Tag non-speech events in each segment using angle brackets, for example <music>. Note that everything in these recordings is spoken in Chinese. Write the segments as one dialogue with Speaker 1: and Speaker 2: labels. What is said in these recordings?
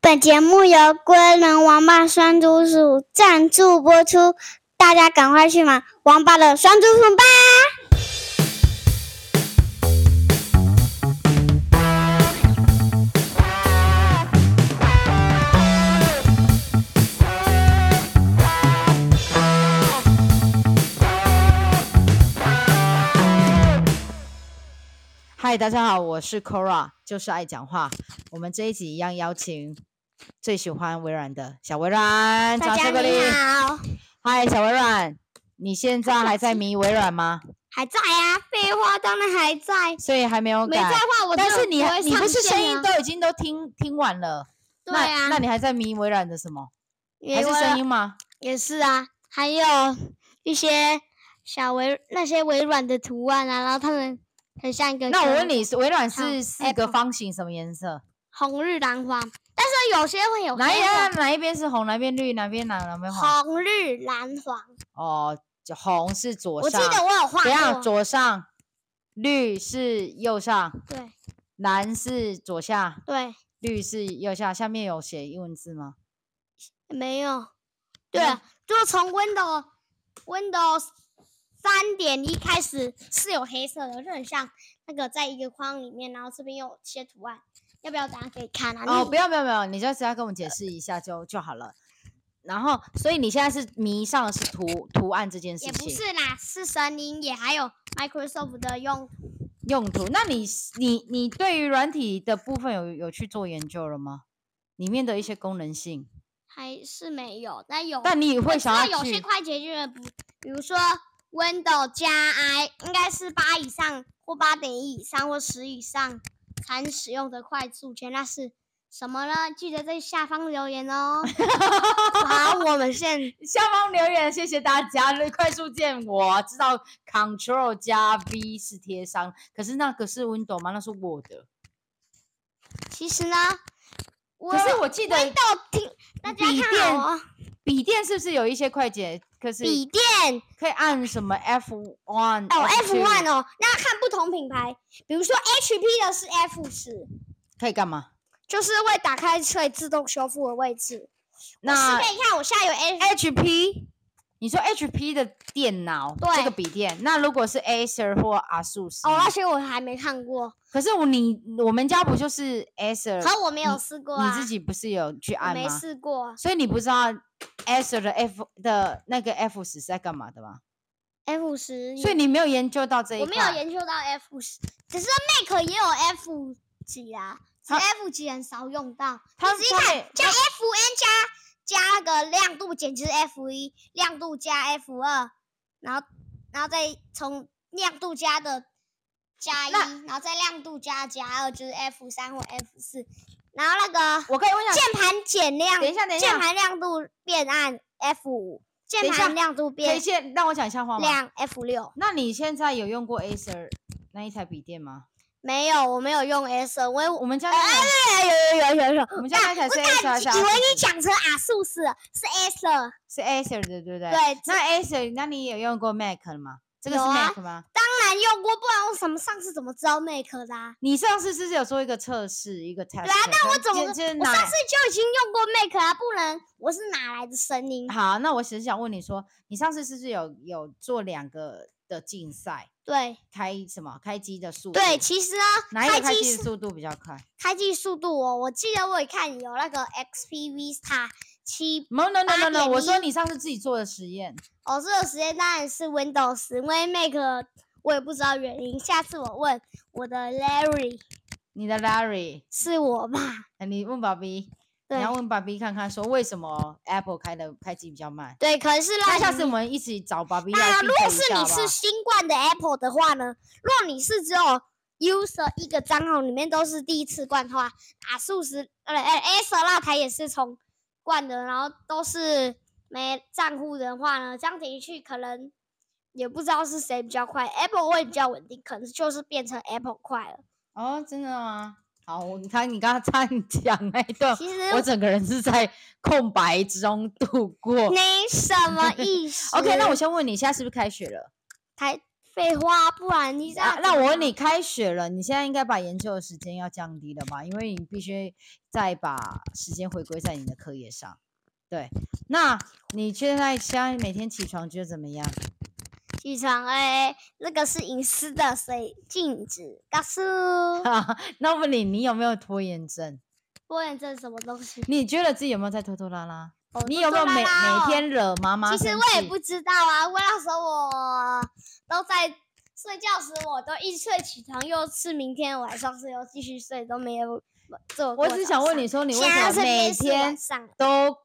Speaker 1: 本节目由龟人王八酸猪鼠赞助播出，大家赶快去买王八的酸猪鼠吧！
Speaker 2: 嗨，大家好，我是 Cora，就是爱讲话。我们这一集一样邀请最喜欢微软的小微软，掌声鼓励。
Speaker 1: 好，
Speaker 2: 嗨，小微软，你现在还在迷微软吗？
Speaker 1: 还在啊？废话，当然还在，
Speaker 2: 所以还没有
Speaker 1: 没在
Speaker 2: 改
Speaker 1: 的。话我
Speaker 2: 但
Speaker 1: 就是
Speaker 2: 你
Speaker 1: 不
Speaker 2: 还
Speaker 1: 会
Speaker 2: 你不
Speaker 1: 上
Speaker 2: 是
Speaker 1: 线
Speaker 2: 声音
Speaker 1: 啊
Speaker 2: 都已经都听听完了？
Speaker 1: 对
Speaker 2: 那
Speaker 1: 啊，
Speaker 2: 那你还在迷微软的什么？
Speaker 1: 也
Speaker 2: 还是
Speaker 1: 我
Speaker 2: 声音吗？
Speaker 1: 也是啊，还有一些小微那些微软的图案啊，然后他们很像一个。
Speaker 2: 那我问，你，微软
Speaker 1: 好
Speaker 2: 是四个
Speaker 1: Apple
Speaker 2: 方形，什么颜色？
Speaker 1: 红日蓝黄，但是有些会有
Speaker 2: 哪
Speaker 1: 黑
Speaker 2: 一啊
Speaker 1: 的
Speaker 2: 哪一边是红，哪一边绿，哪边蓝，哪边黄？
Speaker 1: 红日蓝黄，
Speaker 2: 哦，就红是左
Speaker 1: 我记
Speaker 2: 上，
Speaker 1: 得我有
Speaker 2: 怎
Speaker 1: 画
Speaker 2: 样？
Speaker 1: 过。
Speaker 2: 左上，绿是右上。
Speaker 1: 对
Speaker 2: 蓝是左下，
Speaker 1: 对，
Speaker 2: 绿是右下，下面有写英文字吗？
Speaker 1: 没有。对
Speaker 2: 那
Speaker 1: 啊，就从 Windows Windows 三点一开始是有黑色的，就很像那个在一个框里面，然后这边有些图案。要不要等下给你看啊？
Speaker 2: 哦，
Speaker 1: 你
Speaker 2: 不要不要不要，你就只要跟我们解释一下就
Speaker 1: 呃
Speaker 2: 就好了。然后，所以你现在是迷上的是图图案这件事
Speaker 1: 也
Speaker 2: 情，
Speaker 1: 不是啦，是神灵也还有 Microsoft 的用
Speaker 2: 用途。那你你你对于软体的部分有有去做研究了吗？里面的一些功能性，
Speaker 1: 还是没有，但有。
Speaker 2: 但你也
Speaker 1: 哦我
Speaker 2: 会
Speaker 1: 知
Speaker 2: 想
Speaker 1: 道
Speaker 2: 要
Speaker 1: 哎有
Speaker 2: 去
Speaker 1: 些快捷键不，比如说 Windows 加 I，应该是八以上或八点一以上或十以上才能使用的快速键，那是什么呢？记得在下方留言 <laughs> 哦。好，我们现
Speaker 2: 下方留言，谢谢大家。快速键我知道 Control 加 V 是贴上，可是那个是 Window 吗？那是 Word。
Speaker 1: 其实呢，我
Speaker 2: 可是我记得
Speaker 1: Windows 听大家
Speaker 2: 笔
Speaker 1: 看
Speaker 2: 电
Speaker 1: 好哦，
Speaker 2: 笔电是不是有一些快捷？可是
Speaker 1: 笔电
Speaker 2: 可以按什么 F one
Speaker 1: 哦 F one 哦，那看不同品牌，比如说 HP 的是 F 十，
Speaker 2: 可以干嘛？
Speaker 1: 就是会打开可以自动修复的位置。我
Speaker 2: 那
Speaker 1: 试验一下，我现在有 F
Speaker 2: HP，你说 HP 的电脑
Speaker 1: 对
Speaker 2: 这个笔电，那如果是 Acer 或 ASUS，
Speaker 1: 哦，
Speaker 2: 呢
Speaker 1: 那些我还没看过，
Speaker 2: 可是我你我们家不就是 Acer，
Speaker 1: 可我没有
Speaker 2: 嗯你
Speaker 1: 试过啊，
Speaker 2: 你自己不是有去
Speaker 1: 我
Speaker 2: 按
Speaker 1: 没
Speaker 2: 吗？
Speaker 1: 试过。
Speaker 2: 所以你不知道 Acer 的 F 的那个 F 十是在干嘛的吗？
Speaker 1: F 十，
Speaker 2: 所以你没有研究到这一
Speaker 1: 嗯我
Speaker 2: 块，
Speaker 1: 没有研究到 F 十，只是 Mac 也有 F 几啊，只
Speaker 2: 它
Speaker 1: 是 F 几很少用到。
Speaker 2: 他
Speaker 1: 你仔细
Speaker 2: 他
Speaker 1: 看
Speaker 2: 们
Speaker 1: 加 F N 加加个亮度减就是 F 一，亮度加 F 二，然后然后再从亮度加的加一，然后再亮度加加二就是 F 三或 F 四，然后那个
Speaker 2: 我可以问一下，
Speaker 1: 键盘减亮
Speaker 2: 等一下等一
Speaker 1: 键
Speaker 2: 下，
Speaker 1: 盘亮度变暗 F 五，键
Speaker 2: 等一下
Speaker 1: 盘亮度
Speaker 2: 可以
Speaker 1: 变
Speaker 2: 先让我讲一下话吗？
Speaker 1: 亮 F 六。
Speaker 2: 那你现在有用过 Acer 那一台笔电吗？
Speaker 1: 没有，我没有用 S，我有哎
Speaker 2: 我们家那台，
Speaker 1: 有有有有，
Speaker 2: 我们家那台是 Acer 还是
Speaker 1: 以为
Speaker 2: Asus-
Speaker 1: 你讲成阿素斯了是 S，了
Speaker 2: 是 Acer 的，对不对？
Speaker 1: 对，。
Speaker 2: 那 Acer，那你有用过 Mac 了吗？这个
Speaker 1: 有
Speaker 2: 是
Speaker 1: 啊
Speaker 2: Mac 吗？
Speaker 1: 当然用过，不然我怎么上次怎么知道 Mac 的啊？
Speaker 2: 你上次是不是有做一个测试，一个 test？
Speaker 1: 啊
Speaker 2: 那
Speaker 1: 我怎么
Speaker 2: 就是
Speaker 1: 我
Speaker 2: 哪
Speaker 1: 上次就已经用过 Mac 啊，不然我是哪来的声音？
Speaker 2: 好，那我只是想问你说，你上次是不是有有做两个的竞赛，
Speaker 1: 对
Speaker 2: 开什么开机的速度？
Speaker 1: 对，其实呢，哦
Speaker 2: 哪一个
Speaker 1: 开
Speaker 2: 开
Speaker 1: 机
Speaker 2: 机
Speaker 1: 是
Speaker 2: 的速度比较快
Speaker 1: 开机速度哦，我记得我有看有那个 XP Vista 七
Speaker 2: ？No No No No No，我说
Speaker 1: 8.1
Speaker 2: 你上次自己做的实验。
Speaker 1: 哦，这个时间当然是 Windows，因为 Mac 我也不知道原因。下次我问我的 Larry，
Speaker 2: 你的 Larry，呃
Speaker 1: 是我吧？
Speaker 2: 你问爸比，你
Speaker 1: 对
Speaker 2: 要问爸比看看，说为什么 Apple 开的开机比较慢？
Speaker 1: 对，可是
Speaker 2: 那
Speaker 1: 那
Speaker 2: 下次我
Speaker 1: 你
Speaker 2: 们一起找爸比
Speaker 1: 当
Speaker 2: 来
Speaker 1: 然，
Speaker 2: 比
Speaker 1: 如
Speaker 2: 较
Speaker 1: 果
Speaker 2: 一
Speaker 1: 是
Speaker 2: 下
Speaker 1: 你
Speaker 2: 吧
Speaker 1: 是。新冠的 Apple 的话呢，若你是只有 user 一个账号里面都是第一次冠的话，啊，数十呃呃 S 那台也是从冠的，然后都是没账户的话呢，这样子一去可能也不知道是谁比较快，Apple 会比较稳定，可能就是变成 Apple 快了。
Speaker 2: 哦，真的吗？好，我你看你刚刚差点 <laughs> 讲那一
Speaker 1: <laughs>
Speaker 2: 段，
Speaker 1: 其实
Speaker 2: 哦我整个人是在空白之中度过。
Speaker 1: 没什么意思。
Speaker 2: <laughs> OK，那我先问你，现在是不是开学了？
Speaker 1: 才废话，不然你这样
Speaker 2: 啊
Speaker 1: 子、
Speaker 2: 那我问你，开学了，你现在应该把研究的时间要降低了吧？因为你必须再把时间回归在你的课业上。对，那你现在现在每天起床觉得怎么样？ <laughs>
Speaker 1: 起床哎、那个是隐私的，谁禁止告诉？
Speaker 2: 那我问你，你有没有拖延症？
Speaker 1: 拖延症什么东西？
Speaker 2: 你觉得自己有没有在拖拖拉拉？
Speaker 1: 哦
Speaker 2: 你
Speaker 1: 拖
Speaker 2: 有没
Speaker 1: 拖
Speaker 2: 有
Speaker 1: 拉
Speaker 2: 每
Speaker 1: 拉
Speaker 2: 每
Speaker 1: 哦
Speaker 2: 天惹妈妈？
Speaker 1: 其实我也不，知道啊，我那时候我都在睡觉时，我都一睡起床又是明天晚上是又继续睡，都没有做。
Speaker 2: 我只想问你，说，你为什么每天
Speaker 1: 上
Speaker 2: 都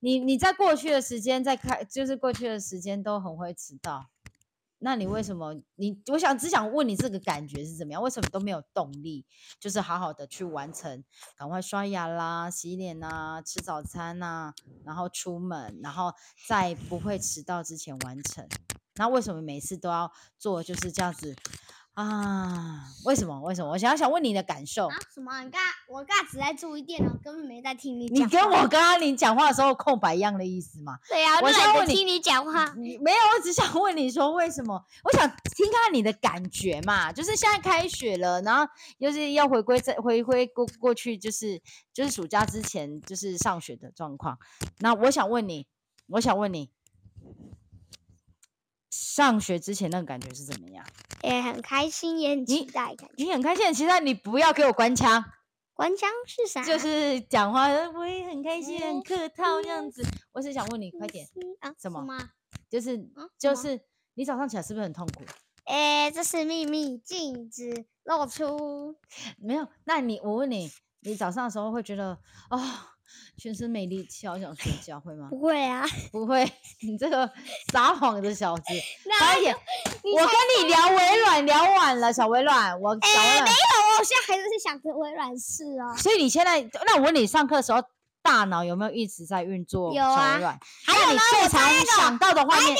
Speaker 2: 你你在过去的时间在开，就是过去的时间都很会迟到，那你为什么你我想只想问你这个感觉是怎么样？为什么都没有动力，就是好好的去完成，赶快刷牙啦、洗脸啦、吃早餐啦，然后出门，然后在不会迟到之前完成。那为什么每次都要做就是这样子啊？为什么？为什么？我想想问你的感受
Speaker 1: 啊。什么啊？你刚我刚只在注意电脑，根本没在听你
Speaker 2: 你
Speaker 1: 讲
Speaker 2: 跟
Speaker 1: 话
Speaker 2: 我刚刚你讲话的时候空白一样的意思吗？
Speaker 1: 对呀、啊，
Speaker 2: 我
Speaker 1: 我
Speaker 2: 现在
Speaker 1: 懒得
Speaker 2: 问你
Speaker 1: 听你讲话。
Speaker 2: <laughs> 你没有，我只想问你说为什么？我想听看你的感觉嘛，就是现在开学了，然后又是要回归在回归过过去，就是就是暑假之前就是上学的状况。那我想问你，我想问你，上学之前那个感觉是怎么样？
Speaker 1: 也很开心，也很期
Speaker 2: 你
Speaker 1: 待感觉。
Speaker 2: 你很开心很期待，你不要给我关腔，
Speaker 1: 关枪是啥？
Speaker 2: 就是讲话我也很开心，很
Speaker 1: 哎
Speaker 2: 客套这样子。我只想问你，快点，
Speaker 1: 啊？
Speaker 2: 什么
Speaker 1: 什啊
Speaker 2: 就是
Speaker 1: 嗯
Speaker 2: 就
Speaker 1: 什
Speaker 2: 是你早上起来是不是很痛苦？
Speaker 1: 哎、这是秘密，禁止露出。
Speaker 2: 没有，那你我问你，你早上的时候会觉得哦，全身没力气，好想
Speaker 1: <laughs>
Speaker 2: 睡觉，会吗
Speaker 1: 不？会啊，
Speaker 2: 不会， <laughs> 你这
Speaker 1: <laughs>
Speaker 2: 个撒谎的小子！
Speaker 1: 那
Speaker 2: 快点，
Speaker 1: 你
Speaker 2: 我跟你聊微软聊晚了，小微软，我小微
Speaker 1: 哎、
Speaker 2: 软。
Speaker 1: 没有，我现在还是想着微软是哦。
Speaker 2: 所以你现在，那我问你，上课的时候大脑有没有一直在运作？
Speaker 1: 有
Speaker 2: 小
Speaker 1: 啊
Speaker 2: 微软，
Speaker 1: 还
Speaker 2: 那
Speaker 1: 有
Speaker 2: 你
Speaker 1: 呢
Speaker 2: 最
Speaker 1: 我在
Speaker 2: 常
Speaker 1: 那个哎
Speaker 2: 想到的画面，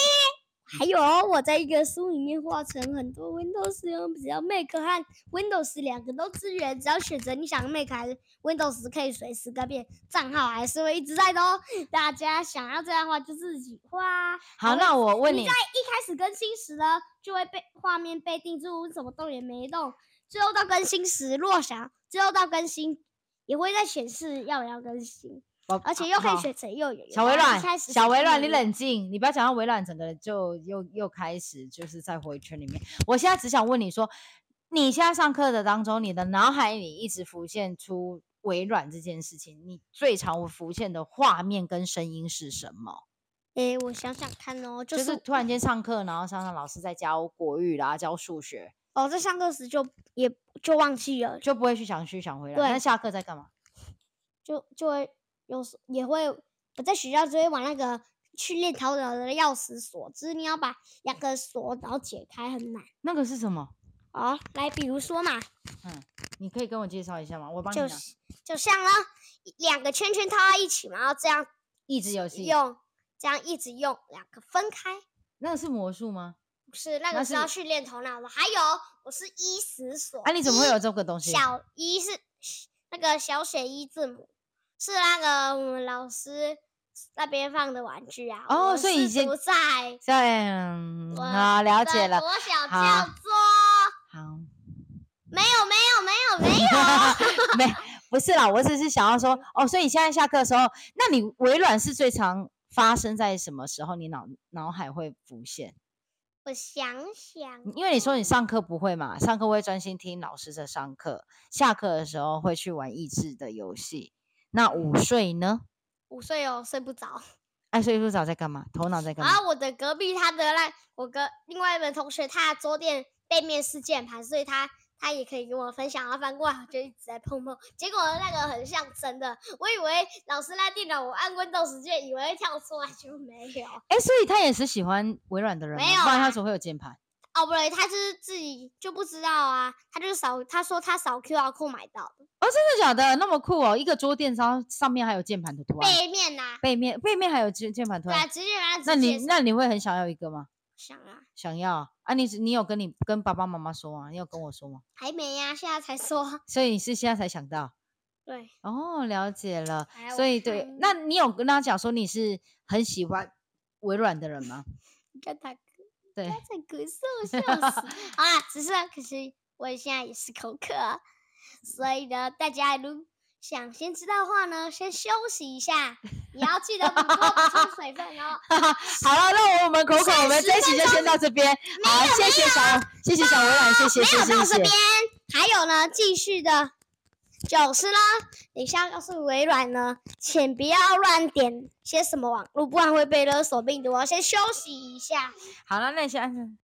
Speaker 1: 还有哦，我在一个书里面画成很多 Windows 使用，只要 Mac 和 Windows 两个都支援，只要选择你想要 Mac 还是 Windows，可以随时改变账号，还是会一直在的哦。大家想要这样画就自己画。啊
Speaker 2: 好，
Speaker 1: 我
Speaker 2: 那我问
Speaker 1: 你
Speaker 2: 你
Speaker 1: 在，一开始更新时呢，就会被画面被定住，怎么动也没动。最后到更新时，若想最后到更新也会再显示要不要更新，
Speaker 2: 我
Speaker 1: 而且又可以
Speaker 2: 好
Speaker 1: 选成又有。
Speaker 2: 小微
Speaker 1: 然后一
Speaker 2: 软
Speaker 1: 开，始
Speaker 2: 小
Speaker 1: 是
Speaker 2: 微软，
Speaker 1: 没
Speaker 2: 你冷静，你不要讲到微软，整个就又又开始就是在回圈里面。我现在只想问你说，你现在上课的当中，你的脑海里一直浮现出微软这件事情，你最常浮现的画面跟声音是什么？
Speaker 1: 诶、我想想看哦，就、
Speaker 2: 就是是突然间上课，然后上上老师在教国语啦，教数学，
Speaker 1: 哦，在上课时就也就忘记了，
Speaker 2: 就不会去想去想回来。
Speaker 1: 对
Speaker 2: 那下课在干嘛？
Speaker 1: 就就会有时也会我在学校就会玩那个去练陶喆的钥匙锁，就是你要把两个锁然后解开很难
Speaker 2: 那个是什么？
Speaker 1: 哦。来，比如说嘛，
Speaker 2: 嗯你可以跟我介绍一下吗？我帮你
Speaker 1: 就
Speaker 2: 拿。
Speaker 1: 是就像呢两个圈圈套在一起嘛，然后这样
Speaker 2: 益智游戏，
Speaker 1: 用，这样一直用两个分开。
Speaker 2: 那个是魔术吗？
Speaker 1: 不是，那
Speaker 2: 那
Speaker 1: 个是要
Speaker 2: 是
Speaker 1: 训练头脑的。还有，我是一死锁。
Speaker 2: 啊，你怎么
Speaker 1: 一
Speaker 2: 会有这个东西？
Speaker 1: 小一是那个小写一字母，是那个我们老师那边放的玩具啊。
Speaker 2: 哦
Speaker 1: 我
Speaker 2: 所以已
Speaker 1: 是
Speaker 2: 经
Speaker 1: 不在
Speaker 2: 在嗯
Speaker 1: 我
Speaker 2: 啊，了解
Speaker 1: 的
Speaker 2: 了，
Speaker 1: 国小
Speaker 2: 好 <laughs>
Speaker 1: 叫做
Speaker 2: 好， <laughs>
Speaker 1: 没有没有没有没有
Speaker 2: 没不是啦，我只是想要说哦，所以现在下课的时候，那你微软是最常发生在什么时候？你脑脑海会浮现？
Speaker 1: 我想想哦，
Speaker 2: 因为你说你上课不会嘛，上课会专心听老师在上课，下课的时候会去玩益智的游戏。那午睡呢？
Speaker 1: 午睡哦，睡不着。
Speaker 2: 爱睡不着在干嘛？头脑在干
Speaker 1: 然
Speaker 2: 嘛？
Speaker 1: 后我的隔壁他的那我隔另外一门同学他的桌垫背面是键盘，所以他他也可以跟我分享。然后翻过来我就一直在碰碰，结果那个很像真的，我以为老师那电脑我按 Windows 键以为会跳出来，就没有。
Speaker 2: 哎、所以他也是喜欢微软的人吗，
Speaker 1: 没有
Speaker 2: 不然他
Speaker 1: 啊
Speaker 2: 怎么会有键盘？
Speaker 1: 哦，不对，他就是自己就不知道啊，他就是扫，他说他扫 QR code 买到的，
Speaker 2: 哦，真的假的？那么酷哦！一个桌垫上上面还有键盘的图案，
Speaker 1: 背面呐、
Speaker 2: 背面背面还有键键盘图
Speaker 1: 对啊，
Speaker 2: 案，
Speaker 1: 直接拿
Speaker 2: 那
Speaker 1: 直接
Speaker 2: 你那你会很想要一个吗？
Speaker 1: 想啊，
Speaker 2: 想要啊啊？你是你有跟你跟爸爸妈妈说吗？你有跟我说吗？
Speaker 1: 还没呀、现在才说，
Speaker 2: 所以你是现在才想到
Speaker 1: 对，
Speaker 2: 哦，了解了
Speaker 1: 哎。
Speaker 2: 所
Speaker 1: 我
Speaker 2: 以对
Speaker 1: 看，
Speaker 2: 那你有跟他讲说你是很喜欢微软的人吗？
Speaker 1: 跟他
Speaker 2: 对，
Speaker 1: 在咳嗽，我笑
Speaker 2: <laughs>
Speaker 1: 死啊！只是可是我现在也是口渴啊，所以呢，大家如想先知道的话呢，先休息一下，也要记得补充补充水分哦。
Speaker 2: 好了，那我们口口，我们这一期就先到这边。好，谢谢小，谢谢小微软， <laughs> 谢谢，
Speaker 1: 没
Speaker 2: 谢
Speaker 1: 有
Speaker 2: 谢，
Speaker 1: 到这
Speaker 2: 谢
Speaker 1: 边
Speaker 2: 谢。，
Speaker 1: 还有呢，继续的就是啦。等一下告诉微软呢，请不要乱点些什么网络，不然会被勒索病毒哦。先休息一下。
Speaker 2: 好了，那先按。